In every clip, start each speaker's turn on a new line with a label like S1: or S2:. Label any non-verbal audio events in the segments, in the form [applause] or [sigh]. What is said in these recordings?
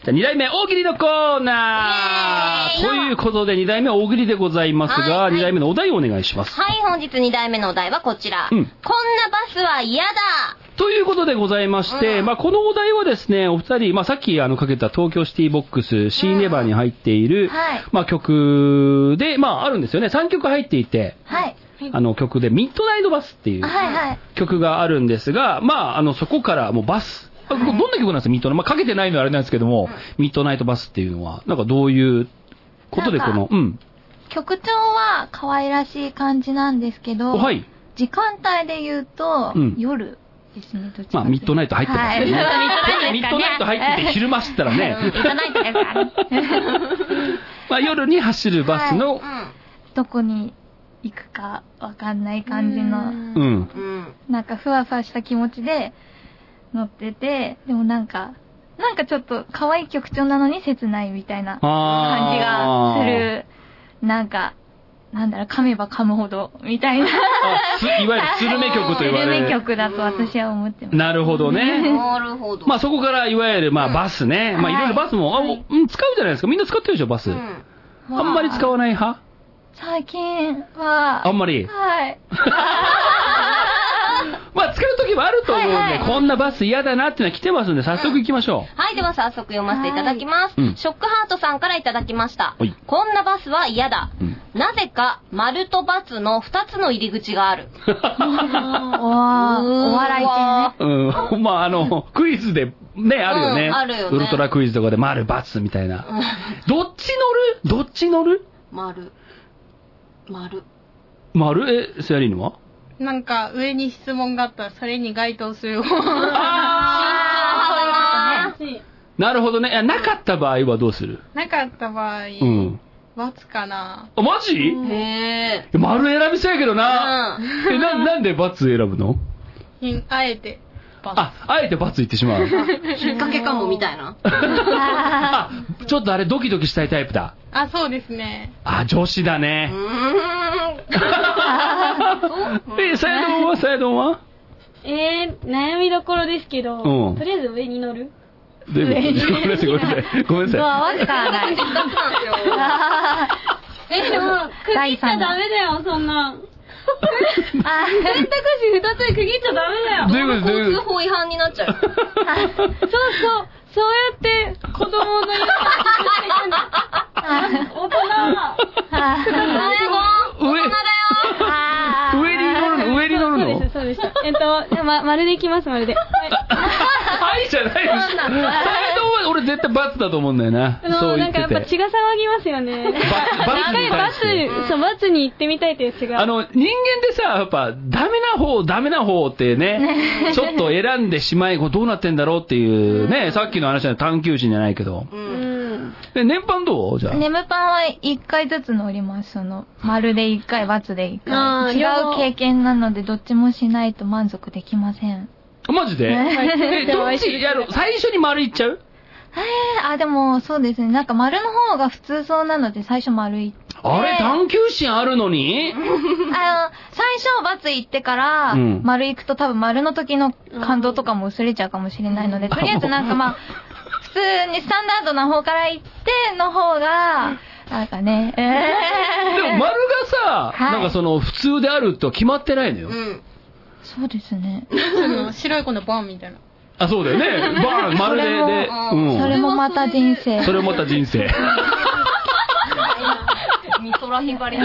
S1: じゃあ、二代目大喜利のコーナー
S2: イエーイ
S1: ということで、二代目大喜利でございます
S2: は
S1: が、
S2: いはい
S1: 二代目のお題をお願いします。
S2: はい、本日2代目のお題はこちら。
S1: うん
S2: こんなバスは嫌だ
S1: ということでございまして、
S2: うん
S1: まあ、このお題はですね、お二人、まあ、さっきあのかけた東京シティボックス、シーネバーに入っている、
S2: はい
S1: まあ、曲で、まあ、あるんですよね。3曲入っていて、
S2: はい。
S1: あの曲で、ミッドナイトバスっていう
S2: はいはい。
S1: 曲があるんですが、まあ、あの、そこからもうバス、あどんな曲なんですか、ミッドナイト。まあ、かけてないのはあれなんですけども、ミッドナイトバスっていうのは、なんかどういうことでこ
S3: な
S1: の、うん。
S3: 曲調は可愛らしい感じなんですけど、
S1: はい。
S3: 時間帯で言うと、
S1: うん
S3: 夜ですね、どっちかというと
S1: まあ、ミッドナイト入ってますね。
S3: はい
S1: ミッドナイト入ってて、昼間走ったらね、
S3: ミッドナイトですか
S1: [laughs]
S3: らね
S1: まあ、夜に走るバスの、
S3: どこに行くかわかんない感じの、
S1: う。
S2: うんん。
S3: なんかふわふわした気持ちで乗ってて、でもなんか、なんかちょっと可愛い曲調なのに切ないみたいな感じ
S1: あ
S3: が
S1: ー
S3: す。る、なんか、なんだろう、噛めば噛むほど、みたいな。
S1: あすいわゆるスルメ曲と言われ
S3: メ
S1: る。
S3: 曲だと私は思ってます。
S1: なるほどね。
S2: なるほど。
S1: まあそこから、いわゆる、まあバスね。まあ
S3: はい
S1: いろいろバスも、あおうん使うじゃないですか。みんな使ってるでしょ、バス。
S2: う
S1: あ
S2: ん。
S1: んまり使わない派
S3: 最近は、
S1: あんまり。
S3: はい。
S1: まあ使う時もあると思うんで、
S3: はいはい
S1: こんなバス嫌だなっていうのは来てますんで、早速行きましょ
S2: はい、では早速読ませていただきます。
S1: はいうん
S2: ショックハートさんからいただきました
S1: はい。
S2: こんなバスは嫌だ。
S1: う。うん
S2: なぜか、丸と×の2つの入り口がある。
S3: おお笑い系
S1: うん、 [laughs] まああの、クイズでね、あるよね。
S2: うんあるよね
S1: ウルトラクイズとかで、丸、バツみたいな。どっち乗るどっち乗る
S2: [laughs] 丸。丸。
S1: 丸、え、セアリーヌは
S4: なんか、上に質問があったら、それに該当する。
S5: [laughs]
S2: あ
S1: なるほどね。いや、なかった場合はどうする
S4: なかった場合、
S1: うん。
S4: 罰かな。
S1: あ、マジ
S2: ーへえ。
S1: 丸選びそうやけどな。
S2: うん。
S1: え、な、なんでバツ選ぶの
S4: うんあえて、罰。
S1: あ、あえてバツ言ってしまう。
S2: 引っ掛けかもみたいな。
S1: あ、ちょっとあれドキドキしたいタイプだ。
S4: あ、そうですね。
S1: あ、女子だ
S2: うー
S1: ね。
S2: ん。
S1: [laughs] え、サイドンはサイドンは
S5: えー、悩みどころですけど、
S1: うん
S5: とりあえず上に乗る
S1: どういうことごめんなさい、ごめんなさい。ごめんな
S3: ね。
S1: さい。
S3: わずかない。
S5: え、でも、区切
S3: 第
S5: っちゃ
S3: 三弾
S5: ダメだよ、そんな。
S3: あ
S5: 選択肢二つで区切っちゃダメだ
S4: [laughs]
S5: よ。
S1: どういうことどうい
S2: 交
S1: う
S2: 通
S1: こ
S2: 法違反になっちゃう。
S1: [laughs]
S5: そうそう、そうやって子供の言うことを聞いてるんだ
S1: と上、上に乗るの [laughs] 上に乗
S5: 大
S1: る
S5: 人は。
S1: の
S5: そうでした、そうでした。えっと、じゃあま、まるでいきます、ま
S4: [laughs]
S5: るで。はい
S1: はいじゃないです。サイドンは俺絶対バツだと思うんだよな。
S5: あの
S1: そう言
S5: な
S1: っ
S5: んかや
S1: て
S5: っぱ
S1: て。
S5: 血が騒ぎますよね。一
S1: ババツに
S5: 回
S1: 対
S5: バ
S1: して
S5: ス、そう、バスに行ってみたいという血が。
S1: あの、人間ってさ、やっぱ、ダメな方、ダメな方ってね、ちょっと選んでしまい、こうどうなってんだろうっていうね、さっきの話は探求心じゃないけど。
S2: う。
S5: うんん。
S1: で、年般どうじゃあ。
S3: 眠パンは一回ずつ乗ります。その、丸で一回、罰で一
S5: あー
S3: 回。違う経験なので、どっちもしないと満足できません。
S1: マジでえ、
S5: で
S1: ど
S5: も
S1: っ
S5: 美味しい
S1: ちやろ最初に丸いっちゃう
S3: えー、あ、でも、そうですね。なんか丸の方が普通そうなので、最初丸い。
S1: あれ、
S3: ね
S1: 探求心あるのに
S3: あの、最初罰行ってから、
S1: うん
S3: 丸行くと多分丸の時の感動とかも薄れちゃうかもしれないので、とりあえずなんかまあ、普通にスタンダードな方から行っての方が、なんかね、え
S1: でも丸がさ、
S3: はい
S1: なんかその、普通であるとは決まってないのよ
S2: う。ん。
S3: ー、そうですね。
S4: その、白い子のバンみたいな。
S1: あ、そうだよね。バーン、丸で、
S3: それも
S1: で、
S3: それ
S1: う
S3: もまた人生。
S1: ん。それをまた人生。
S2: 美空ひばり。
S5: [laughs]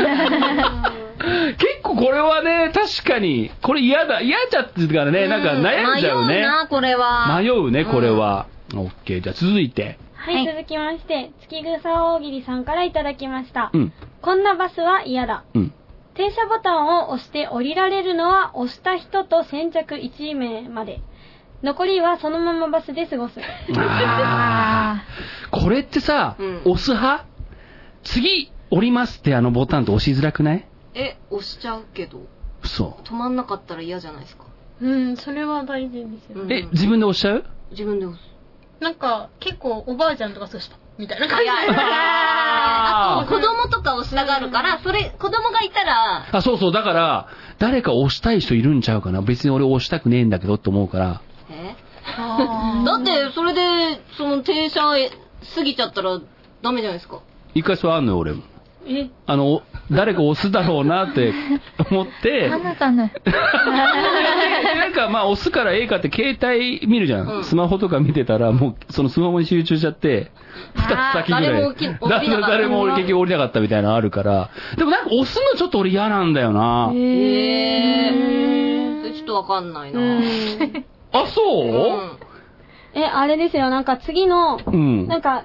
S1: 結構これはね、確かに、これ嫌だ、嫌だってからね、なんか悩んじゃう
S2: 迷
S1: ね
S2: う。な、これは。
S1: 迷うね、これは。オッケー、じゃあ続いて。
S5: はい、続きまして、月草大喜利さんからいただきました。
S1: うん、
S5: こんなバスは嫌だ。
S2: [laughs]
S1: うん。
S5: 停車ボタンを押して降りられるのは押した人と先着1名まで。残りはそのままバスで過ごす。
S1: あーこれってさ、
S2: うん
S1: 押す派次、降りますってあのボタンと押しづらくない
S2: え、押しちゃうけど、
S1: 嘘。
S2: 止まんなかったら嫌じゃないですか。
S4: うん、それは大事ですよ。
S2: うん
S1: え、自分で押しちゃ
S2: [laughs]
S1: う
S2: 自分で押す。
S4: なんか、結構、おばあちゃんとかそうした。みたいな感
S2: い
S4: じ。
S2: や、
S1: あー
S2: あと、子供とか押したがるから、それ、子供がいたら、
S1: あ、そうそう、だから、誰か押したい人いるんちゃうかな別に俺押したくねえんだけどって思うから。
S2: えだって、それで、その停車過ぎちゃったらダメじゃないですか。
S1: 一回それあんのよ、俺も。
S5: え、
S1: あの、誰か押すだろうなって思
S3: [laughs]
S1: って、
S3: あなたね。
S1: なんかまあ押すからええかって携帯見るじゃん。
S2: うん
S1: スマホとか見てたら、もうそのスマホに集中しちゃって、二つ先ぐらい。
S2: 誰も起き起きなかった
S1: だ誰も俺結局降りなかったみたいなのあるから。でもなんか押すのちょっと俺嫌なんだよな。
S2: へ
S5: ー
S2: それちょっとわかんないな。
S5: う
S2: うん。
S5: ん。
S1: あ、そう
S5: [laughs] え、あれですよ、なんか次の、
S1: うん。
S5: なんか、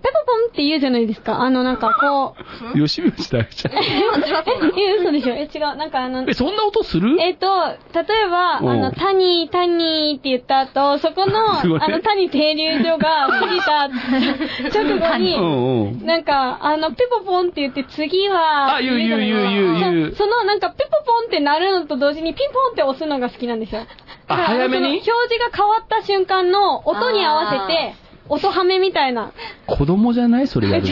S5: ペポポンって言うじゃないですか。あの、なんかこう、
S1: 吉見大ちゃん。
S5: え、嘘でしょえ、違う。なんかあの
S1: え、、そんな音する
S5: えっと、例えば、あ
S1: うん
S5: の、タニー、タニーって言った後、そこの、あ
S1: [laughs] すごい
S5: の、タニー停留所が過ぎた直後
S1: う [laughs]
S5: に、
S1: んうん。
S5: なんか、あの、ペポポンって言って、次は、
S1: あ、言う言う言う言う言う。
S5: そのなんかピポポンって鳴るのと同時にピンポンって押すのが好きなんですよ。
S1: あ、早め
S5: その
S1: に
S5: 表示が変わった瞬間の音に合わせて、音はめみたいな。
S1: 子供じゃないそれやるの。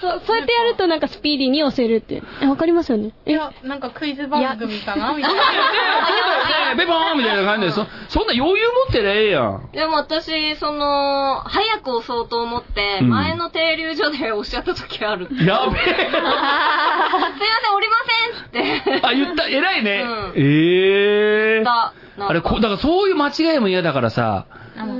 S5: そうそうやってやるとなんかスピーディーに押せるって。え、わかりますよね。
S4: いや、なんかクイズ番組かなみたいな。
S1: ねえベボーンみたいな感じで、そそんな余裕持ってりゃええやん。
S2: でも私、その、早く押そうと思って、
S1: うん
S2: 前の停留所で押しちゃった時ある。 [laughs] すいま
S1: やべ
S2: せん、降りませんっつって
S1: え。。あ、言った、偉いね。
S2: うん
S1: ええ
S2: だ
S1: あれこ、だからそういう間違いも嫌だからさ、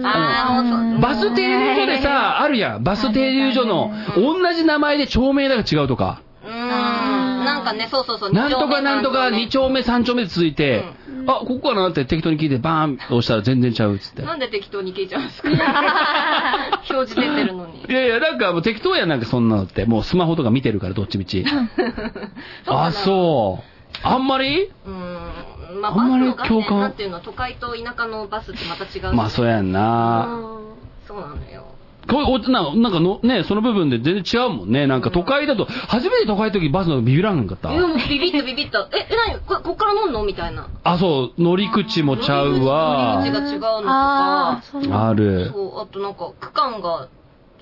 S2: あーもうそう
S1: バス停留所で
S2: [laughs]
S1: さ、あるやん。バス停留所の、同じ名前で町名だが違うとか、
S2: うーん。なんかね、そうそうそう。
S1: なんとかなんとか2
S2: 二丁
S1: 丁目3丁目で続いて、あ、ここかなって適当に聞いてバーン押したら全然ちゃうっつって
S2: 目。。なんで適当に聞いちゃうんですか [laughs] 表示出てるのに。
S1: いやいや、なんかもう適当やんなんかそんなのって。もうスマホとか見てるから、どっちみち。あ、そう。あんまり
S2: うーん。まあ、
S1: あんまり
S2: バスの
S1: 共
S2: 合戦
S1: 感
S2: なんていうのは都会と田舎のバスってまた違う。
S1: まあ、そうやんな。
S5: あ
S2: そうなのよ。
S1: こうおななんかの、ね、その部分で全然違うもんね。なんか都会だと、初めて都会の時バスのビビらんかった
S2: い。や、もうビビッとビビッと。え、え、なにここっから飲んのみたいな。
S1: あ、そう、乗り口もちゃうわ
S2: 乗り。口が違うのと
S5: あ
S2: か
S5: ー、。そんな。
S1: ある。
S2: そう、あとなんか、区間が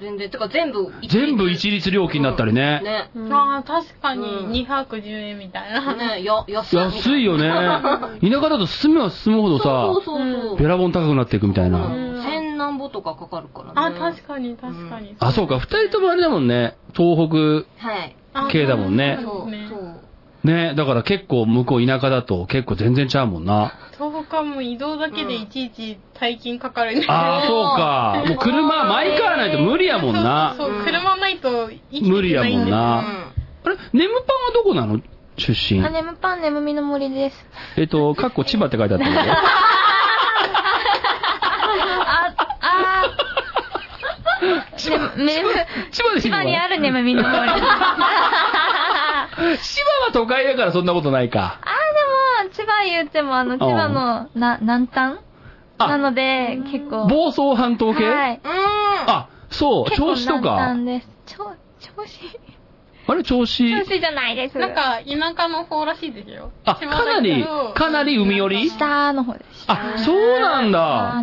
S2: 全然、てか全部一律
S1: 全部一律料金になったりね。
S2: ね。
S5: うん
S4: ああ、確か
S2: うん
S4: に210円みたいな。
S2: ね、や、安い。
S1: 安いよね。田舎だと進めば進むほどさ
S2: そう、そうそう
S1: べ
S2: そう。
S1: らぼん高くなっていくみたいな。
S2: うん千何歩とかかかるからね。
S4: あ、確かに確かに。
S1: あ、そうか、二人ともあれだもんね。東北
S2: はい。
S4: あ
S1: 系だもんね
S2: そう、
S4: そう
S2: そ
S4: ですね
S2: う。
S1: ね、だから結構向こう田舎だと結構全然ちゃうもんな。
S4: 東北はもう移動だけでいちいち大金かかるね。
S1: ああ、そうか。もう車、マイカーないと無理やもんな。
S4: そうそう
S2: う
S4: そ
S2: ん
S4: う、車ないと生きていけないんで
S1: 無理やもんな。あれ、ネムパンはどこなの出身
S3: あ。眠パン眠みの森です。
S1: えっと、かっこ千葉って書いてあったけ
S3: [laughs]
S1: ど。
S3: あ、あ
S1: [laughs] 千葉
S3: ー、眠、
S1: 千葉でいい
S3: 千
S1: のか
S3: 葉にあ
S1: な
S3: る眠みの森。
S1: [laughs]
S3: あー、で
S1: 千葉は都会だからそんなことないか。
S3: も、千葉言っても、あの、千葉の、な、南端
S1: あ
S3: なので、結構。
S1: 房総半島系
S3: はい。
S2: うん。あ、
S1: あ、そう、
S3: 結構
S1: 調子とか
S3: 南。端です。調、調子
S1: あれ、調子。
S3: 調子じゃないです。
S4: なんか、田舎の方らしいですよ。
S1: あ、
S4: 千
S1: か
S4: 葉
S1: な
S4: だけ
S1: り
S4: ど、
S1: かなり海寄り
S3: 下の方です。
S1: あ、そうなん
S3: あ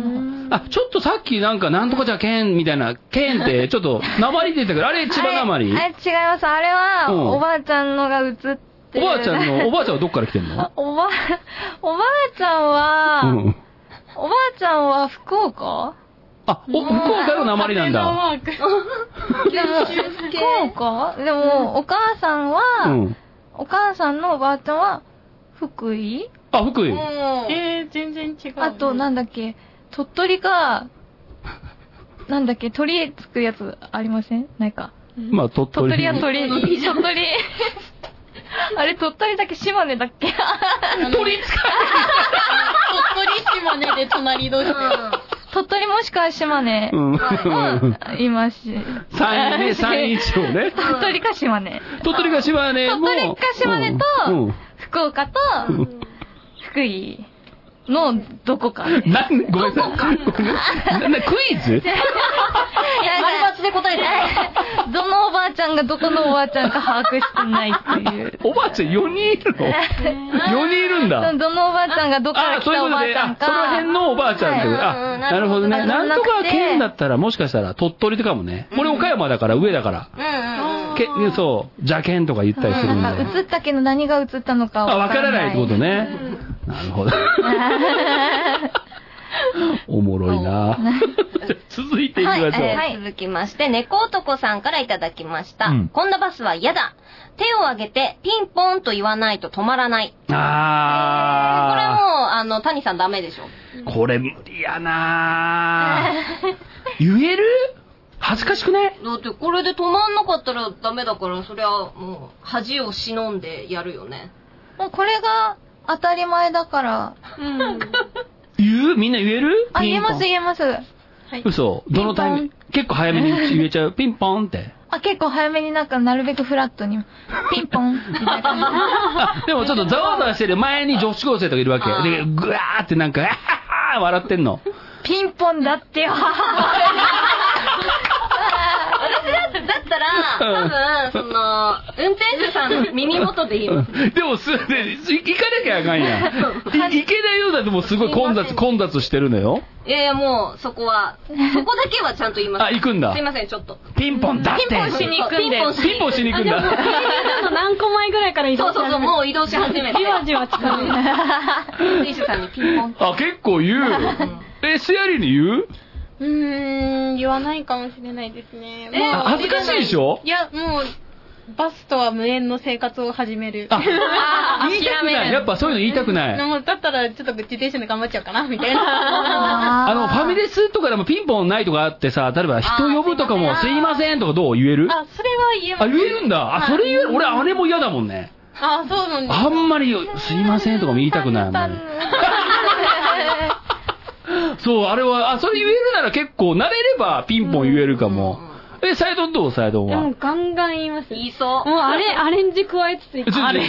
S1: だ。
S3: の、
S1: あ、ちょっとさっきなんか、なんとかじゃけんみたいな、けん
S3: [laughs]
S1: って、ちょっと、なまり出てたけど、あれ、千葉なまり
S3: あれ違います。あれは、
S1: うん
S3: おばあちゃんのが映って
S1: お
S3: る。
S1: ばあちゃんの、おばあちゃんはどっから来てんの
S3: あおば、おばあちゃんは、
S1: うん。
S3: おばあちゃんは福岡
S1: あ、お、福岡のなまりなんだ。
S4: ハテナ
S3: でも、福岡でも、お母さんは、
S1: うん。
S3: お母さんのおばあちゃんは、福井
S1: あ、福井。
S4: ワークえー、全然違う。
S3: あと、
S4: な
S3: なんだっけ、鳥取か、なんだっけ、鳥つくやつありませんないか。
S1: まあ、鳥取。
S3: 鳥取は鳥、鳥取。あれ、鳥取だっけ島根だっけ
S4: 鳥使い。鳥取島根で隣同士。
S3: 鳥取もしくは島根
S1: う。ん。
S3: いますし。
S1: 三位ね、三位以上
S3: [laughs]
S1: ね。
S3: 鳥取か島根。
S1: 鳥取か島根も。
S3: 鳥取か島根と
S1: うんうん
S3: 福岡と、福井のど
S1: [laughs]
S3: こか。いや、
S1: なん、ごめんなさい。ごめんなさいななクイズ
S2: 丸抜で答えて。
S3: どのおばあちゃんがどこのおばあちゃんか把握してないっていう。
S1: おばあちゃん4人いる
S3: [laughs]
S1: の ?4 人いるんだ。
S3: どのおばあちゃんがどこから
S1: あ、
S3: 来
S1: そういう
S3: た
S1: こ
S3: お
S1: と
S3: ば
S1: で、
S3: あち
S1: あ、その
S3: ゃん
S1: 辺
S3: か。
S1: のおばあちゃんってこと、
S2: はい
S1: あ、なるほどね。
S3: な
S1: なん
S3: る
S1: と
S3: ほど
S1: か県だ
S3: な
S1: ったら、もしかしたら鳥取とかもね。これ岡山だから、上だから。
S2: うんうんうん。
S1: けそう、じゃけんとか言ったりするん
S3: なん
S1: で。
S3: か映ったけど何が映ったのか
S1: あ、わからないってこと
S3: ね。
S1: ね。なるほど。 [laughs] おもろいな [laughs] 続いていきま
S2: は
S1: し
S2: い、
S1: ょう。
S2: えー
S3: はい
S2: 続きまして、猫男さんからいただきました。
S1: うん
S2: こんなバスは嫌だ。手を挙げて、ピンポンと言わないと止まらない。これも
S1: あ
S2: う、あの、谷さんダメでしょ。
S1: ー、これ無理やな言える恥ずかしくね
S2: だって、これで止まんなかったらダメだから、そりゃ、もう、恥を忍んでやるよね。
S3: [laughs] もうこれが当たり前だから。
S5: うん。
S1: 言うみんな言える
S3: あ、言えます
S1: ピンポン
S3: 言えます。
S1: 嘘。どのタイミング結構早めに言えちゃう。ピンポンって。
S3: あ、結構早めになんかなるべくフラットに、ピンポ
S1: [laughs]
S3: ンみたいな感
S1: あでもちょっとざわざわしてる前に女子高生とかいるわ
S2: あ
S1: け。で、
S2: ー
S1: ぐわーってなんか、あはは笑ってんの。
S3: じ。ピンポンだってよ。
S2: 私だって、だったら、多分、その、運転手さんの耳元で言います。
S1: でもす、で行行かなきゃあかんやん。い行けないようだともうすごい混
S2: すいませ
S1: 雑、
S2: ん
S1: 混雑してるのよ。
S2: いやいや、もう、そこは、そこだけはちゃんと言います。
S1: あ、行くんだ
S2: すい。ません、ちょっと。
S1: ピンポンだって。
S3: ピンポンしに行くんで
S2: ピンポンし
S1: ピンポンしに行くんだ。
S5: あと何個前ぐらいから移
S2: そ
S5: 動
S2: うそうそう、もう移動し始めて。
S5: じわじわ近づいて。
S2: 運転手さんにピンポン。
S1: あ、結構言う。え、スヤリに言う
S4: うーん、言わないかもしれないですね。
S2: え
S4: もう
S1: あ恥ずかしいでしょ
S4: いや、もう、バスとは無縁の生活を始める。
S1: あ、
S4: あ
S1: 言いたくない。やっぱそういうの言いたくない。
S4: もうだったら、ちょっと自転車で頑張っちゃうかな、みたいな。
S3: あ
S1: あの、ファミレスとかでもピンポンないとかあってさ、例えば人呼ぶとかも、
S2: あー
S1: すいませんとかどう言える
S4: あ、それは言えます。
S1: あ、言えるんだ。あ、それ言える。俺、あれも嫌だもんね。
S4: あ、そうなんです
S1: あんまり、すいませんとかも言いたくない。あんまりそう、あれは、あ、それ言えるなら結構、慣れればピンポン言えるかも。え、サイドンどうサイドン
S5: でも
S1: は [laughs]
S5: う。ガンガン言います。
S2: 言い
S5: も
S2: そう
S5: う。あれ、アレンジ加えつつ言って
S1: あれ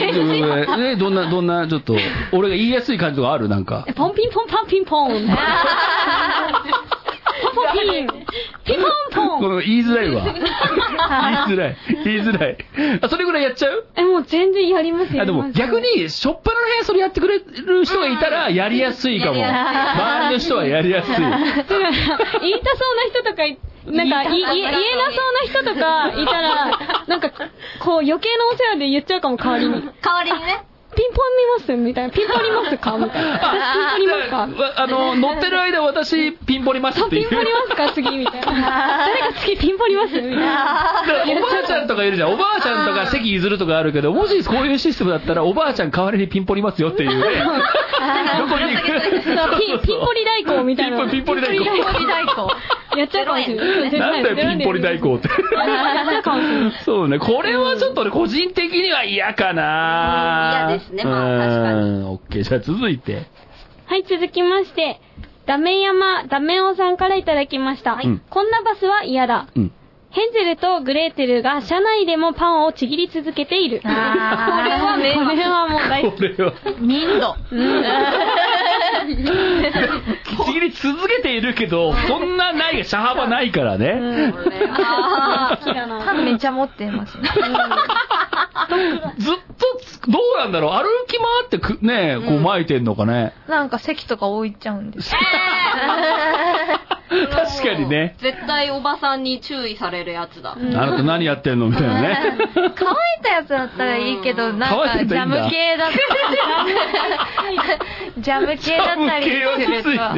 S1: え、どんな、どんな、ちょっと、俺が言いやすい感じとかあるなんか。
S5: ポンピンポンパンピンポン。ポンポンピン。ピンポンポ
S1: こ
S5: ン。
S1: の言いづらいわ。言いづらい。言いづらい。あ、それぐらいやっちゃう
S5: え、もう全然やりますよ。
S1: あでも逆に、しょっぱな辺それやってくれる人がいたらやりやすいかも。
S2: やり
S1: 周りの人はやりやすい。
S5: [laughs] だから言いたそうな人とかい、なんか、いい言えなそうな人とかいた [laughs] ら、なんか、こう余計なお世話で言っちゃうかも、代わりに。
S2: 代わりにね。
S5: ピンポン見ますみたいな。ピンポン見ますかみたいな。 [laughs] 私ピンポン見ますか
S1: わあの、乗ってる間私ピンポリますって
S5: ピ
S1: い
S5: ン
S1: う。
S5: ポン見ますか次みたい [laughs] な。誰か次ピンポン見ますみたいな。
S1: だからおばあちゃんとかいるじゃん。おばあちゃんとか席譲るとかあるけど、もしこういうシステムだったら、おばあちゃん代わりにピンポリますよっていうね。
S5: [laughs]
S1: どこに行く
S5: そうピンピンポリ代行みたいな。
S1: ピンポリピンポリ代行
S5: ピンポリ代行。やっちゃうかもしれない。
S1: なんだよ、ピンポリ代行って。
S5: やっちゃうかもしれ [laughs] ない。
S1: そうね、これはちょっとね、個人的には嫌かな
S2: うん嫌ですねまあ確かに
S1: うん、オッケー、じゃあ続いて。
S5: はい、続きまして、ダメ山、ダメオさんからいただきました。
S1: い
S5: こんなバスは嫌だ。
S1: うん。
S5: ヘンゼルとグレーテルが車内でもパンをちぎり続けてい [laughs] る。こ
S3: あ
S5: れ
S3: ー
S5: は名これはもう大好
S1: こ
S5: き。
S1: れは。
S3: 民度。
S1: ちぎり続けているけど、そんなない、車幅ないからね。
S2: これは
S5: 好きだな
S3: パンめちゃ持ってます [laughs] ね。
S1: ずっと、どうなんだろう歩き回ってく、ねこう巻いてんのかね。
S3: なんか席とか置いちゃうんです。
S1: [laughs] 確かにね。
S2: 絶対おばさんに注意されるやつだ。
S1: あなた何やってんのみたいなね。[laughs]
S3: [laughs] 乾いたやつだったらいいけど、な
S1: 乾
S3: んか
S1: い
S3: ジ
S1: た
S3: ャ
S1: やついいんだ
S3: ム系だったり、ジャム系だったりすると、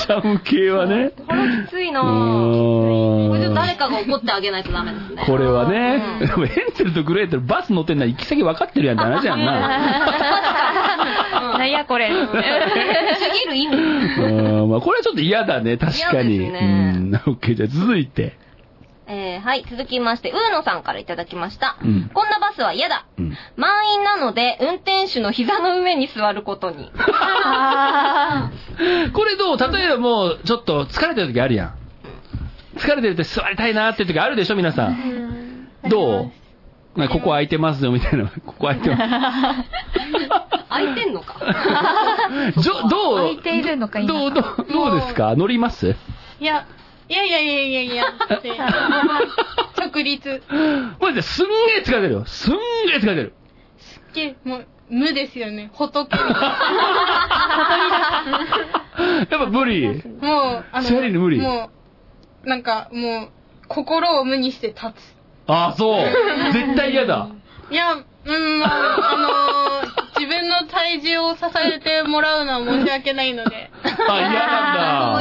S1: ジャム系はね。
S2: これきついな
S1: う
S2: ぁ。これ
S1: ー
S2: で
S1: ん
S2: 誰かが怒ってあげないとダメですね。
S1: こ
S2: [laughs]
S1: れはね
S2: うん、
S1: [laughs] でもヘンゼルとグレーテルバス乗ってんなら行き先分かってるやんって話やん
S2: [laughs]
S1: な。
S3: なんやこれ。
S2: ちぎる意味。
S1: うんまあこれはちょっと嫌だね、確かに。
S2: 嫌ですね
S1: うん、オッケー、じゃあ続いて。
S2: えー、はい、続きまして、上野さんからいただきました。
S1: うん
S2: こんなバスは嫌だ。
S1: うん
S2: 満員なので、運転手の膝の上に座るこ
S1: [laughs]
S2: とに。
S1: これどう例えばもう、ちょっと疲れてる時あるやん。疲れてるって座りたいなって時あるでしょ、皆さん。どうまあここ空いてますよ、みたいな。 [laughs] ここ空いてま
S2: [laughs] 空いてんのか。 [laughs]
S3: [laughs]
S1: す。じょどう
S3: 空いているのか否か
S1: どう、どう、どうですか乗ります
S4: いや、いやいやいやいやいや、って、直立。
S1: マジですんげえ疲れてるよ。すんげえ疲れてる。
S4: け、もう、無ですよね。仏。
S1: [laughs] やっぱ無理。
S4: もう、あ
S1: シャリの無理
S4: もう、なんか、もう、心を無にして立
S1: ああ、そう。 [laughs] 絶対嫌だ。
S4: つ。いや、うん、ま
S1: [laughs]
S4: あ、あのー自分の体重を支えてもらうのは申し訳ないので、
S1: あ、嫌な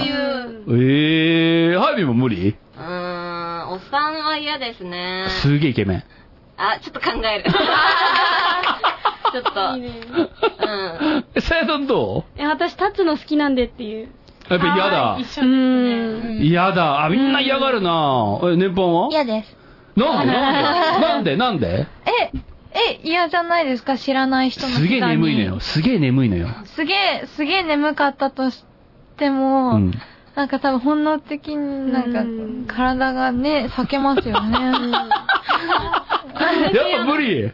S1: んだ。
S2: いう。
S1: ええー、ハイビーも無理
S2: うーん、おっさんは嫌ですね。
S1: すげえイケメン。
S2: あ、ちょっと考える。 [laughs] ちょっと。
S5: いいね
S2: [laughs] うん。
S1: え、 [laughs] さやさんど
S5: え私、立つの好きなんでっていう。
S1: うやっぱ嫌だ
S4: 一。緒
S5: うーん。
S1: 嫌だ。あ、みんな嫌がるなえ、年本は
S3: 嫌です。
S1: なんでなんでなんで
S3: え、え、嫌じゃないですか知らない人の
S1: すげえ眠いのよ。。すげえ眠いのよ。
S3: すげえ、すげえ眠かったとしても、
S1: うん。
S3: なんか多分本能的にな
S5: うん
S3: んか体がね、避けますよ [laughs] ね。
S1: やっぱ無理。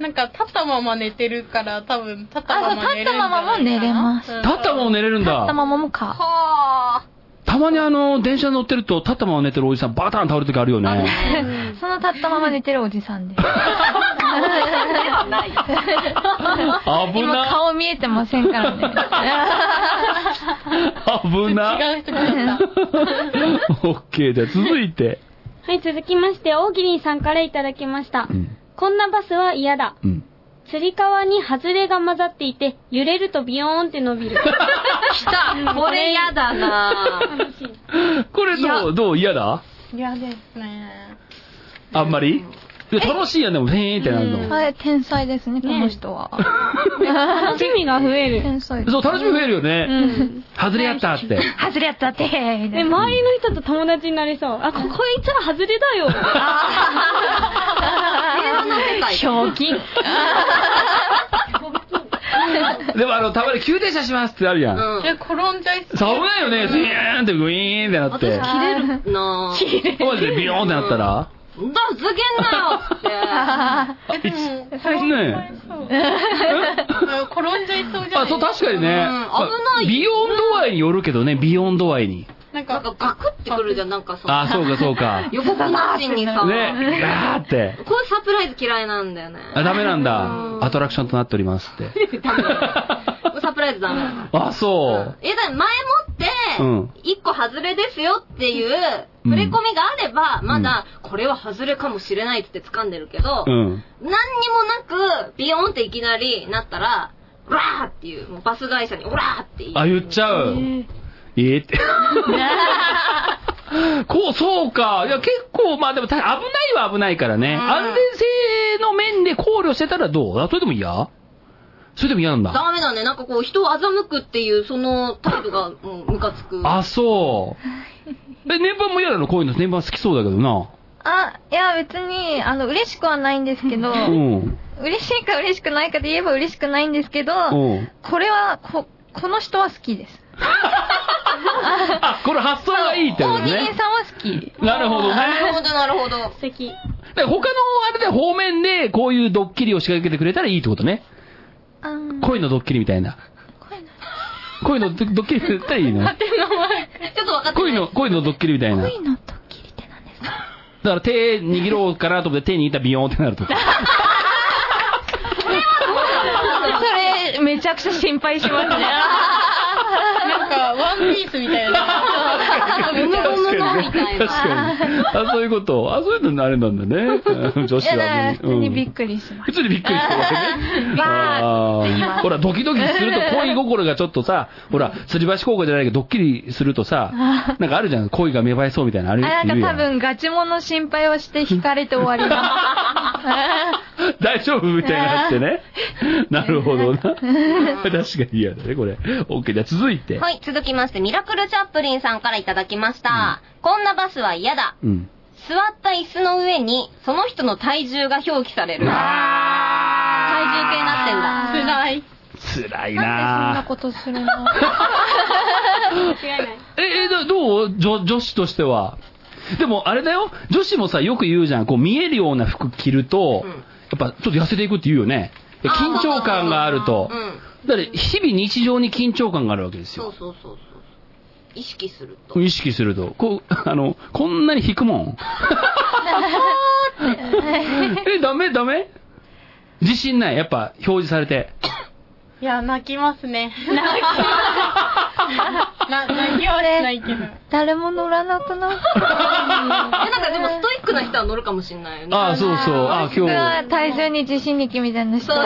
S4: なんか立ったまま寝てるから多分立ったま
S3: あ、
S4: ま
S3: そう、
S4: 寝れる
S3: 立っ
S4: んじ
S3: た
S4: ゃな
S3: まま
S4: い
S3: も寝れます。立
S1: 立ったまま寝れるん
S3: った
S1: だ。
S3: ままもか。
S2: は
S1: たまにあの、電車乗ってると、立ったまま寝てるおじさんバターン倒れて時あるよね。
S3: その立ったまま寝てるおじさんです。
S2: あ。ない。
S1: 危
S3: 今
S1: な。
S3: 顔見えてませんからね。
S1: 危な。
S4: 違う人だった。
S1: オッケー、じゃあ続いて。
S5: はい、続きまして、大喜利さんからいただきました。
S1: うん。
S5: こんなバスは嫌だ。
S1: うん。
S5: つり革に外れが混ざっていて、揺れるとビヨーンって
S1: [laughs]
S5: 伸びる。
S2: 来たこれ嫌だな
S5: 楽しい。
S1: これどう、どう嫌だ
S4: 嫌ですね。
S1: あんまりで楽しいやん、でも、へーってなるの。
S3: [laughs] あれ、天才ですね、この人は。
S5: 楽しみが増える。
S3: 天才。
S1: そう、楽しみ増えるよ
S5: う
S1: ね。
S5: ん。
S1: 外れやったって。
S3: 外れやったって、みたい
S5: で、
S3: な。
S5: 周りの人と友達になりそう。あ、ここいつら外れだよ。
S2: 平和な世 [laughs] 界。
S3: ひょうきん。
S1: でもあの、たまに急停車しますってあるやん。
S2: う
S4: え、転んじゃいそ
S1: そう危ないよね、ズイーンってグイーンってなって。
S2: 私切れるなぁ。
S1: マジでビヨーンってなったら
S2: どうすげんなよ
S4: う。でも、転ん
S1: それね
S4: じゃいそうじゃない
S1: あ、そう、確かにね。
S2: うん危ない
S1: ビヨーン度合いによるけどね、ビヨーン度合いに。
S4: なん
S2: って。なんか
S4: か、
S2: ガクってくるじゃん、なんかさ。
S1: あ、そうか、そうか。
S2: 予告なしにさ。
S1: ね、ガーって。
S2: こういうサプライズ嫌いなんだよね。
S1: あ、ダメなんだ。アトラクションとなっておりますって。
S2: サプライズダメだな。
S1: あ、そう。
S2: え、だから前も
S1: う
S2: っ
S1: ん
S2: て、一個外れですよっていう、触れ込みがあれば、まだ、これは外れかもしれないって掴んでるけど、
S1: うん。
S2: 何にもなく、ビヨンっていきなりなったら、オラーっていう、もうバス会社にオラーっていう。
S1: あ、言っちゃう。えーって。こう、そうか。いや、結構、まあでも、た危ないは危ないからね。
S2: うん
S1: 安全性の面で考慮してたらどうあそれでも嫌それでも嫌なんだ。
S2: ダメだね。なんかこう、人を欺くっていう、その態度が、もう、ムカつく。
S1: あ、そう。え、年番も嫌なのこういうの。年番好きそうだけどな。
S3: あ、いや、別に、あの、嬉しくはないんですけど、
S1: うん。
S3: 嬉しいか嬉しくないかで言えば嬉しくないんですけど、
S1: うん。
S3: これは、こ、この人は好きです。
S1: あ、これ発想がいいってこと
S3: 大喜利
S1: ね。
S3: さんは好き。
S1: なるほどね。
S2: なるほど、なるほど。
S5: 素敵。
S1: だから他のあれで方面でこういうドッキリを仕掛けてくれたらいいってことね。
S3: あー
S1: 恋のドッキリみたいな。恋のドッキリって言ったらい
S3: [laughs]
S1: いの
S2: ちょっと分かって
S1: 恋
S2: ない。
S1: の、恋のドッキリみたいな。だ
S3: 恋のドッキリって何ですか
S1: から手握ろうかなと思って手握ったらビヨーンってなる
S3: [laughs]
S1: とか。
S3: それ、めちゃくちゃ心配しますね。
S4: なんか、ワンピースみたいな。
S2: むむむむみたい
S1: 確
S2: な。
S1: かに。あ、そういうこと。あ、そういうのあれなんだ
S3: [laughs]
S1: ね。女
S3: い
S1: 子
S3: や、だか
S1: は
S3: ら
S1: ね。
S3: 普通にび
S1: う
S3: っ
S1: ん
S3: くりしま
S1: 普通にびっくりしたわけ
S3: [laughs]
S1: ね。あーほら、ドキドキすると恋心がちょっとさ、ほら、すり橋効果じゃないけど、ドッキリするとさ、なんかあるじゃん、恋が芽生えそうみたいなのあ
S3: す。
S1: るい
S3: あ、なん
S1: る
S3: か
S1: や
S3: 多分、ガチモンの心配をして惹かれて終わりだ。
S1: [laughs] 大丈夫みたいなのって
S3: [laughs]
S1: ね。なるほどな。確かに嫌だね、これ。OK、じゃあ続いて。
S2: はい、続きまして、ミラクルチャップリンさんからいただきました。こんなバスは嫌だ。
S1: うん。
S2: 座った椅子の上に、その人の体重が表記される。体重計になってんだ。
S4: 辛い。
S1: 辛い
S3: なんでそんな
S1: な
S3: ことするの
S5: 間違いない。
S1: え、え、どどう女女子としては。でも、あれだよ。女子もさ、よく言うじゃん。こう、見えるような服着ると、
S2: うん
S1: やっぱ、ちょっと痩せていくって言うよね。
S2: あー
S1: 緊張感があると
S2: う。ん。
S1: だって、日々日常に緊張感があるわけです
S2: そう
S1: よ。
S2: そうそうそう。意識すると。
S1: 意識すると。こう、あの、こんなに引くもん。え、ダメダメ自信ない。やっぱ、表示されて。
S4: いや、泣きますね。泣き [laughs] ます。な、泣きはしないけど。
S3: 誰も乗らなくなっ
S2: え、なんかでもストイックな人は乗るかもしれないよね。
S1: ああ、そうそう。ああ、今
S3: 僕
S1: 日。
S3: は体重に自信力みたい [laughs] な人は。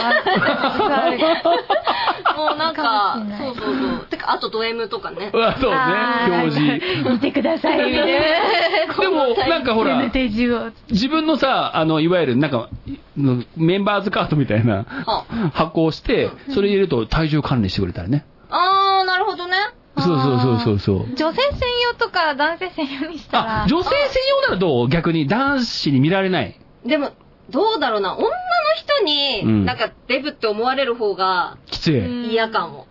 S2: もうなんか
S3: かもしん、な
S2: そう
S3: い
S2: そうそう。てか、あとド M とかね。
S1: あそうね、表示。
S3: 見てください、みたいな。
S1: [laughs] でも、なんかほら、
S3: 手順を。
S1: 自分のさ、あの、いわゆる、なんか、のメンバーズカードみたいな
S2: は
S1: 箱をして、それ入れると体重管理してくれたりね。
S2: ああー、なるほどね。
S1: そうそうそうそうそう。
S3: 女性専用とか男性専用にした
S1: あ
S3: ら、、
S1: 女性専用ならどう逆に男子に見られない。
S2: でも、どうだろうな。女の人
S1: う
S2: に、
S1: ん
S2: なんかデブって思われる方が
S1: きつい。
S2: 嫌かも。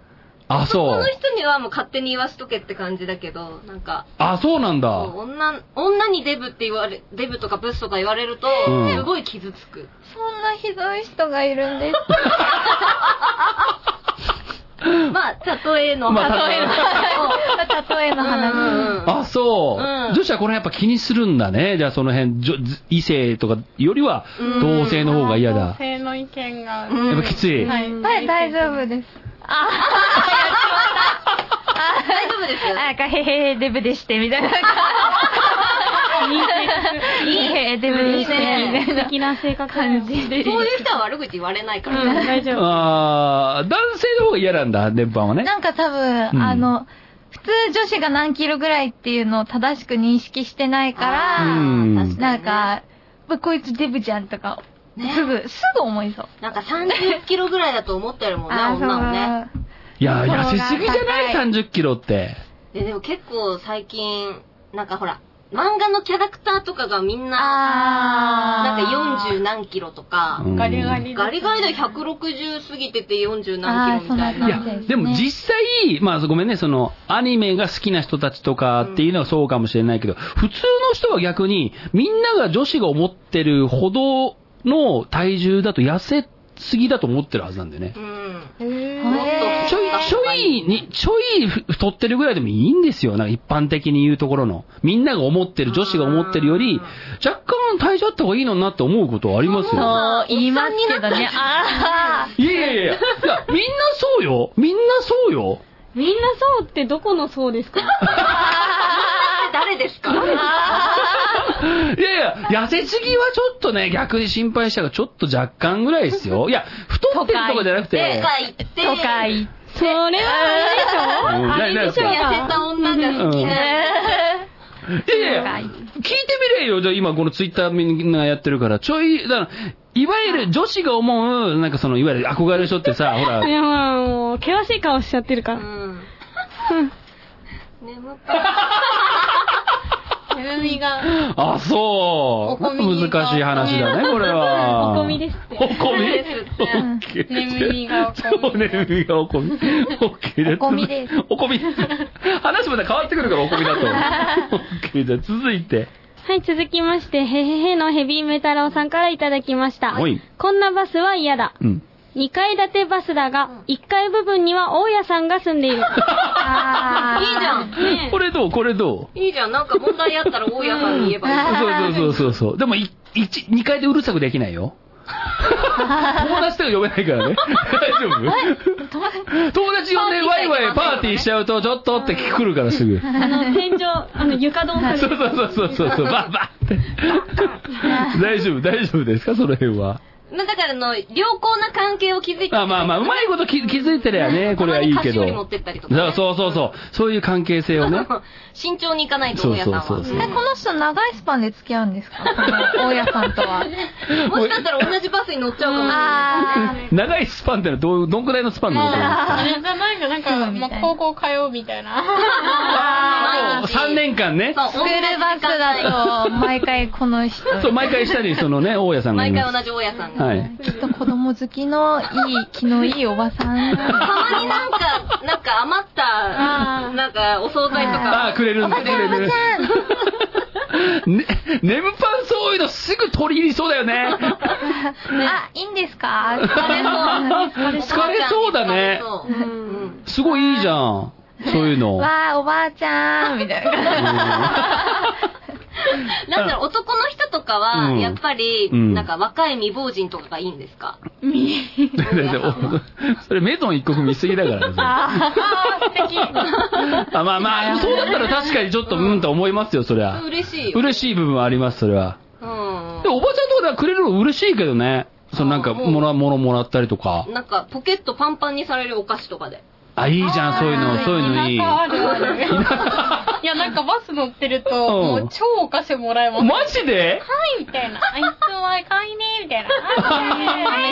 S1: あ、そ
S2: 男
S1: う
S2: の。人にはもう勝手に言わしとけって感じだけど、なんか、
S1: あ、そうなんだ。
S2: そう女、女にデブって言われ、デブとかブスとか言われると
S1: うん、
S2: すごい傷つく。
S3: そんなひどい人がいるん [laughs] です。
S2: まあ、例えの
S1: まあ
S2: 例えの [laughs]
S3: 例えの話。
S1: あ、そう、
S2: うん
S1: 女子はこの辺やっぱ気にするんだね。じゃあその辺、じょ異性とかよりは
S2: うん
S1: 同性の方が嫌だ。
S4: 性の意見が。
S2: うん
S1: やっぱきつい。
S4: はい。
S3: はい、大丈夫です。
S2: 大丈夫です
S3: [laughs]
S2: よ。
S3: あ、かへへへ、デブでして、みたいな。いいへへ、デブでして、みたいな
S5: 素敵な性格
S3: 感じで。
S2: そういう人は悪口言われないから
S5: うん、
S2: ね。
S5: 大丈夫。
S1: あー男性の方が嫌なんだ、電波はね。
S3: なんか多分、
S1: うん
S3: あの、普通女子が何キロぐらいっていうのを正しく認識してないか
S1: う
S3: ら、
S1: ん
S2: 確にね
S3: なんか、うわこいつデブじゃんとか、すぐ、すぐ思いそう。
S2: なんか30キロぐらいだと思ってるもんね、
S3: ー
S2: 女もね。
S3: そう
S1: いや、痩せすぎじゃない
S3: そう
S1: ?30 キロって。
S2: で、でも結構最近、なんかほら、漫画のキャラクターとかがみんな、
S3: あ
S2: な
S3: ー。
S2: んか40何キロとか
S1: う、ん
S4: ガリガリ。
S2: ガリガリで160過ぎてて40何キロみたい
S3: あー
S1: い
S3: そ
S1: や
S3: う
S2: な。
S3: なんですね
S1: でも実際、まあごめんね、そのアニメが好きな人たちとかっていうのはそうかもしれないけど、普通の人は逆にみんなが女子が思ってるほどの体重だと痩せすぎだと思ってるはずなんだよね
S2: う。ん。
S3: へー
S1: ちょい、ちょいに、ちょい太ってるぐらいでもいいんですよ。なんか一般的に言うところの。みんなが思ってる、女子が思ってるより、若干体重あった方がいいのになって思うことはありますよ。
S3: そう、言いますけどね。 [laughs] あ
S1: いやいやいや、いやみんなそうよ。みんなそうよ。
S5: みんなそうってどこのそうですか
S2: 誰ですか
S1: [laughs] いやいや、痩せすぎはちょっとね、逆に心配したが、ちょっと若干ぐらいですよ。いや、太ってるとかじゃなくて。
S2: とか言って、
S3: ー。とか言っ
S5: それは
S1: うん
S5: あれでしょあれでしょ
S1: な
S2: 痩せた女が好き
S3: て。
S2: な。
S1: いやいや、聞いてみれよ。じゃあ今このツイッターみんなやってるから、ちょい、だから、いわゆる女子が思う、なんかその、いわゆる憧れる人ってさ、ほ
S5: [laughs]
S1: ら
S5: い、やまあもう、険しい顔しちゃってるか
S2: う
S5: ら。
S2: ん。眠
S4: てるみが。
S1: あ、そ
S4: お
S1: う。
S4: 込み
S1: 難しい話だね、これは。
S5: [laughs] お込みですって
S1: お込み
S2: ですって
S1: オッケー
S4: 眠みがお込み
S1: そう、眠みがお込み。オッケーです。
S3: お込みです。
S1: [laughs] お込み。話また変わってくるから、お込みだと。オッケーじゃあ続いて。
S5: はい、続きまして、へへへのヘビーメタロウさんからいただきました。
S1: おい
S5: こんなバスは嫌だ。
S1: うん。
S5: 2階建てバスだが、1階部分には大家さんが住んでいる。
S3: あー
S2: いいじゃん。
S1: これどうこれどう
S2: いいじゃん。なんか問題あったら大家さんに言えばいい。
S1: そうそうそうそうそう。でも、い一、二回でうるさくできないよ。友達とか呼べないからね。大丈夫友達呼んでワイワイパーティーしちゃうと、ちょっとって来るからすぐ。
S5: あの、天井、あの、床ドンさ
S1: そ
S5: れ
S1: うそうそうそうそう、バンバンって。大丈夫、大丈夫ですかその辺は。
S2: [laughs] まあだからあの、良好な関係を築いていきたい
S1: まあまあまあ、うまいこと気気づいてりゃね、これはいいけど。
S2: たまに菓子折り持ってったりとかね
S1: だらそうそうそう。そういう関係性を
S2: [laughs]
S1: ね。
S2: 慎重にいかないと、大家さんは。
S1: そうそうそう
S3: え、この人長いスパンで付き合うんです [laughs] かこの大家さんとは。
S1: [laughs]
S2: もしかしたら同じバスに乗っちゃうかもしれない。
S3: あ
S1: 長いスパンってのはどう、どんくらいのスパンのこと
S4: あれじゃないんだ、なんか、まあ、高校通うみた
S2: [laughs]
S4: いな。
S1: ああ、3年間ね。
S2: そう
S3: ー、スクールバスだと、毎回この人。
S1: そう、毎回下にそのね、大家さんがい
S2: 毎
S1: ま
S2: 回
S1: す。
S2: 同じ大家さんが。
S1: はい。
S3: きっと子供好きのいい、気のいいおばさん。
S2: たまになんか、なんか余った、なんかお惣菜と
S1: ああ、
S2: か。
S1: くれるんだ、くれる。 [laughs] ね、ネムパンそういうのすぐ取り入りそうだよね。
S3: あ、いいんですか
S2: 疲
S1: 疲れそうだね
S2: うん。
S1: すごいいいじゃん。そういう
S2: [laughs]
S1: の。
S3: [laughs] わー、おばあちゃん、みたいな。
S2: なんだろう、男の人とか
S1: う
S2: は、
S1: ん
S2: やっぱり、
S1: うん
S2: なんか若い未亡人とかがいいんですか
S1: [laughs] それメゾン一国見すぎだからね。 [laughs] あ、まあまあ、そうだったら確かにちょっとうんと思いますよ、そりゃ。
S2: 嬉しいよ。
S1: 嬉しい部分はあります、それは。
S2: うん。
S1: おばちゃんとかではくれるの嬉しいけどね。そのなんか、
S2: あーもう
S1: もら、ものもらったりとか。
S2: なんか、ポケットパンパンにされるお菓子とかで。
S1: あ、いいじゃん、そういうの、そういうのいい。
S4: 田舎あ
S1: マ
S4: るある。
S1: [laughs]
S4: いや、なんかバス乗ってると、もう超お菓子もらえます。
S1: ジで
S4: いみたいな。あいつは買いねみたいな。あいつ
S2: あ
S4: は買いね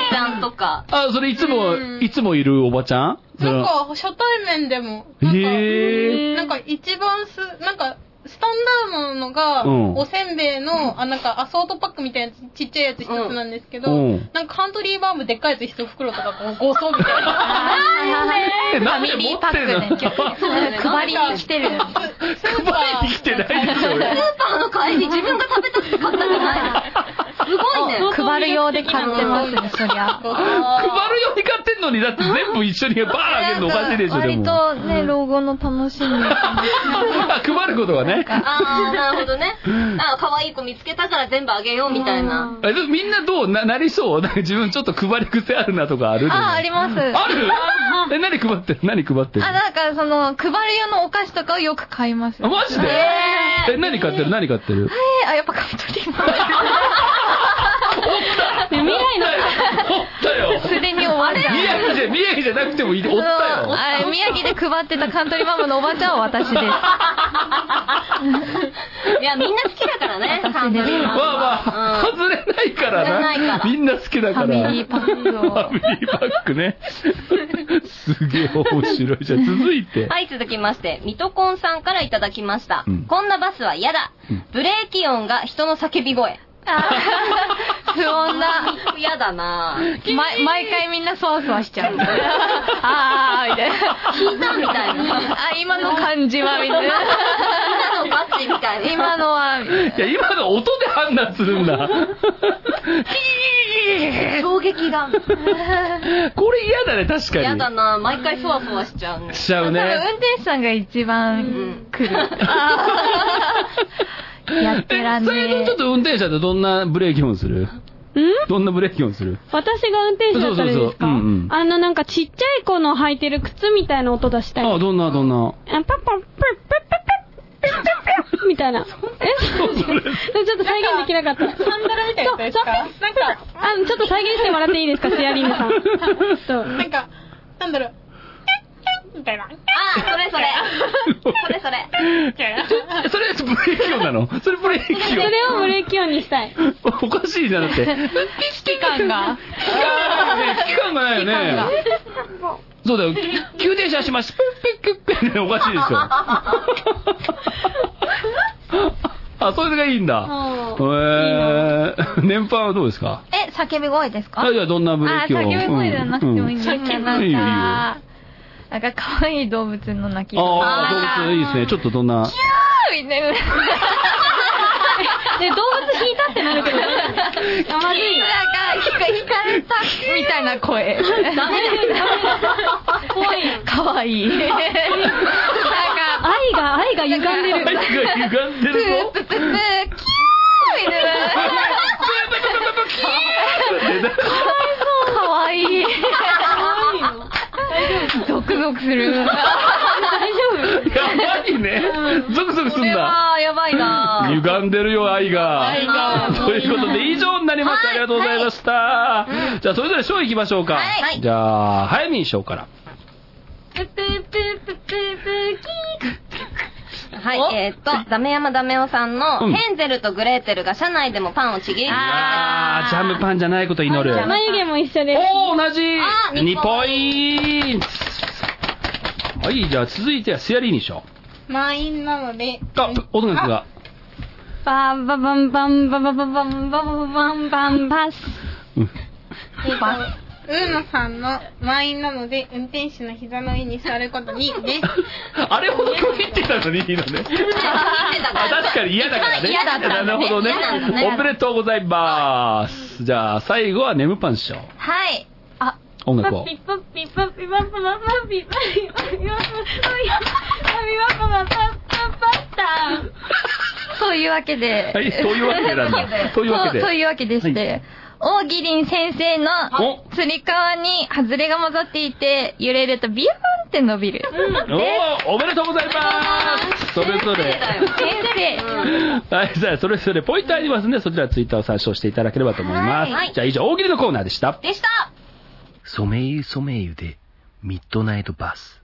S2: めちゃんとか。
S1: あ、それいつも
S4: う、ん
S1: いつもいるおばちゃんそ
S4: なん
S1: の
S4: か、初対面でも、なんか、
S1: へー
S4: なんか一番す、なんか、スタンダードなのが、
S1: うん
S4: おせんべいの、あ、なんか、アソートパックみたいなやつ、ちっちゃいやつ一つなんですけど、
S1: うん
S4: なんかカントリーバームでっかいやつ一袋とか、もうごそうみたいな。
S1: え、なん
S3: ファ
S1: で
S3: ミリ
S1: 持
S3: ー
S1: っ
S3: パッ
S1: てん
S3: ク
S1: の
S3: ね。配りに来てる。
S4: ス
S1: [laughs]
S4: ーパー。
S1: 生きてないでしょ、俺。
S2: スーパーの帰り自分が食べたくて買ったんじゃない
S1: [laughs]
S2: のすごいね。
S3: 配る用で買ってますね、そり
S4: [laughs]
S3: ゃ。
S4: ご
S1: 配るように買ってんのに、だ
S3: [laughs]
S1: って全部一緒にバーンあげるのおかしいでしょ、で
S3: 割
S1: も。
S3: とね、老後の楽しみ。
S1: あ [laughs] 配ることがね。
S2: ああ、なるほどね。あ可愛い子見つけたから全部あげようみたいな。
S1: あでもみんなどうな、なりそうなんか自分ちょっと配り癖あるなとかある
S3: あ、あります。
S1: あ
S3: [laughs]
S1: るえ、何配ってる何配ってる
S3: あ、なんかその、配る用のお菓子とかをよく買います。
S1: あマジでえ、何買ってる何買ってる
S3: えーあ、やっぱカントリーマン。
S5: 未来の
S1: おったよ
S3: すでに終わる。
S1: 宮城じゃ、宮城じゃなくてもいい。おった
S3: あの
S1: よ
S3: あれ、宮城で配ってたカントリーマムのおばちゃんは私です。
S2: いや、みんな好きだか
S1: [laughs]
S2: らね、
S3: 私ね
S2: カントリー
S1: ま
S2: マ
S1: あ
S2: ン
S1: まあ、
S2: は。うん
S1: 外れないから
S2: 外れない
S1: な。
S2: から
S1: みんな好きだ
S3: フ
S1: か
S3: ァ
S1: ら。
S3: ミリーパックを。
S1: ファミリーパックね。すげえ面白い。じゃあ続いて。
S2: はい、続きまして、ミトコンさんからいただきました。
S1: うん
S2: こんなバスは嫌だ。ブレーキ音が人の叫び声。 [laughs]
S3: 不穏な。
S2: 嫌だなぁ。
S3: ま毎回みんなそわそわしちゃう。あーあー、みたい
S2: 聞いたみたいな。
S3: な。あ、今の感じは、みたいな。
S2: 今のバッチみたいな。
S3: 今のは、
S1: いや、今の音で判断するんだ。
S2: 衝撃が。
S1: [laughs] これ嫌だね、確かに。
S2: 嫌だなぁ。毎回そわそわしちゃうね。
S1: しちゃう
S3: 多分
S1: ね。
S3: 運転手さんが一番来る。やってらん
S1: それの
S3: ね
S1: ちょっと運転者ってどんなブレーキ音する
S5: ん
S1: どんなブレーキ音する
S5: 私が運転手だったらいいですか
S1: そうそうそううんうん
S5: あのなんかちっちゃい子の履いてる靴みたいな音出したい。
S1: ああ、どんな、どんな。
S5: あ、パッパッパッパッパッパッパッパッパッみたいな。えちょっと再現できなかった。
S4: サンダルみたいなやつですかなんか、
S5: あの、ちょっと再現してもらっていいですか、スヤリングさん。そう
S4: なんか、なんだろう、 [laughs] キュッキュッみたいな。
S2: あー、
S1: [laughs]
S2: それそれ。それそれ。
S4: みたいな。
S1: えそれブレーキ音なのそれブレーキ
S5: それをブレーキ音にしたい。
S1: 音。おかしいじゃなくて。
S3: 危機感が。
S1: 期間がね、期間がないよね。そうだよ。急停車します。ピッピッピッピッ。おかしいでしょ。あ、それがいいんだ。
S5: うん
S1: えー、年配はどうですか
S3: え、叫び声ですか
S1: あ、いや、どんなブレー
S3: あ、
S1: キ音
S3: 叫び声じゃなくてもいいん
S1: うん
S3: ですね。
S1: うん
S3: なん
S1: いいよいいよ
S3: か、なんか可愛い動物の鳴き声。
S1: ああ、動物いいですね。ちょっとどんな。
S3: みたいな。
S5: で、動物引いたってなるけど、あまずい。
S3: なんか、ひかれたみたいな声。
S5: ダメだよ、ダメだ。怖いよ。
S3: 可愛い。なんか、
S5: 愛が、愛が歪んで
S1: 背
S5: る。
S1: が歪んで
S3: プ
S1: る
S3: ー
S1: ぞ。
S3: プププー、キューみたいな。可愛い。ゾクゾクする。
S5: 大丈夫
S1: やばいね。ゾクゾクす
S2: こ
S1: ん
S2: れ
S1: だ。
S2: は、やばいなぁ。
S1: 歪んでるよ、愛が。
S4: 愛が
S1: ということで、以上になります。ありがとうございました。じゃあ、それぞれ賞行きましょうか。
S2: はい
S1: じゃあ、早見賞から。
S2: はい、えー、っと、ダメ山ダメオさんの、
S1: うん
S2: ヘンゼルとグレーテルが車内でもパンをちぎり、
S1: あー、ジャムパンじゃないこと祈る。
S5: 眉毛も一緒です。
S1: おー、同じ
S2: あー
S1: !2 ポイントはい、じゃあ続いてはスヤリーニ賞。
S4: 満員なので、
S1: あ、音楽が。
S5: バンババンバンババババンバババンバンバス。
S1: うん
S4: えっと、ウーノさんの満員なので、運転手の膝の上に座ることに、です。
S1: あれほど拒否ってたのにいいのね。
S2: [laughs]
S1: あ確かに嫌だからね。
S2: 一番嫌だったんだね
S1: なるほどね
S2: 嫌なんだね。
S1: おめでとうございます。じゃあ、最後はネムパン賞。
S2: はい。
S1: 音
S5: パ
S1: 楽を。
S5: ッピパッピパッピパッパパッピパッピパッピパッピパッピ
S3: [laughs]
S5: パッピパッピ
S3: そういうわけで。
S1: はい、そういうわけなん
S2: [laughs]
S1: だ。というわけで。
S3: そうそういうわけでして、大義林先生の
S1: お
S3: つり革に外れが混ざっていて、揺れるとビヨーンって伸びる。
S1: おーおめでとうございますそれぞれ。
S3: 先生
S1: はい、じゃあ、それぞれポイントありますんで、そちらツイッターを参照していただければと思います。
S2: はい
S1: じゃあ、以上、大喜利のコーナーでした。
S2: でした
S1: ソメイユソメイユで、ミッドナイトバス。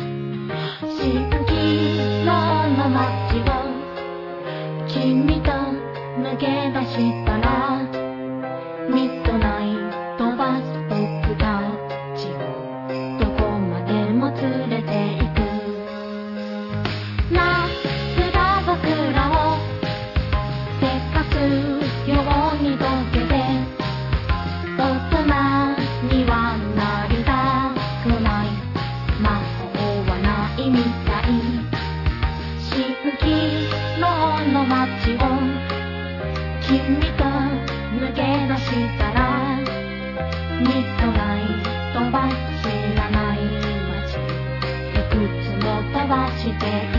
S6: 新規の街を君と抜け出したらミッドナイトバス僕たちをどこまでも連れて行く夏が僕らをせっかくように溶けて大人にはなりたくない魔法はないみたい新規ロの街を君と抜け出したらミッドナイトは知らない街いくつも飛ばしていく